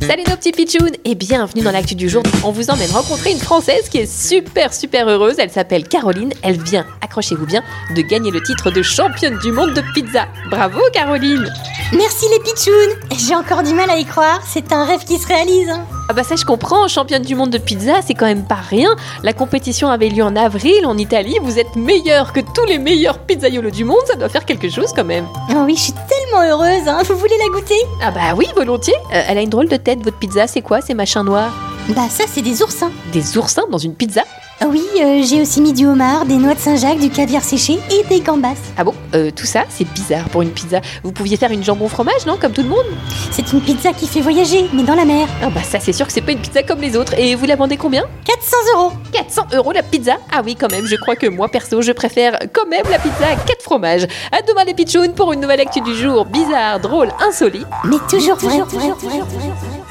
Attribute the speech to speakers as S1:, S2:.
S1: Salut nos petits pitchouns et bienvenue dans l'actu du jour. On vous emmène rencontrer une Française qui est super super heureuse. Elle s'appelle Caroline. Elle vient, accrochez-vous bien, de gagner le titre de championne du monde de pizza. Bravo Caroline
S2: Merci les pitchounes J'ai encore du mal à y croire, c'est un rêve qui se réalise hein.
S1: Ah bah ça je comprends, championne du monde de pizza, c'est quand même pas rien. La compétition avait lieu en avril en Italie. Vous êtes meilleure que tous les meilleurs pizzaiolos du monde, ça doit faire quelque chose quand même.
S2: Oh oui, je suis tellement heureuse, hein. vous voulez la goûter
S1: Ah bah oui, volontiers. Euh, elle a une drôle de tête, votre pizza, c'est quoi ces machins noirs
S2: Bah ça c'est des oursins
S1: Des oursins dans une pizza
S2: Ah Oui, euh, j'ai aussi mis du homard, des noix de Saint-Jacques, du caviar séché et des gambas.
S1: Ah bon Euh, Tout ça, c'est bizarre pour une pizza. Vous pouviez faire une jambon fromage, non Comme tout le monde
S2: C'est une pizza qui fait voyager, mais dans la mer.
S1: Ah bah ça c'est sûr que c'est pas une pizza comme les autres. Et vous la vendez combien
S2: 400 euros
S1: 400 euros la pizza Ah oui quand même, je crois que moi perso je préfère quand même la pizza à 4 fromages. À demain les pitchounes pour une nouvelle actu du jour. Bizarre, drôle, insolite.
S2: Mais toujours vrai,
S3: toujours
S2: vrai,
S3: vrai,
S2: vrai,
S3: toujours
S2: vrai.
S3: vrai.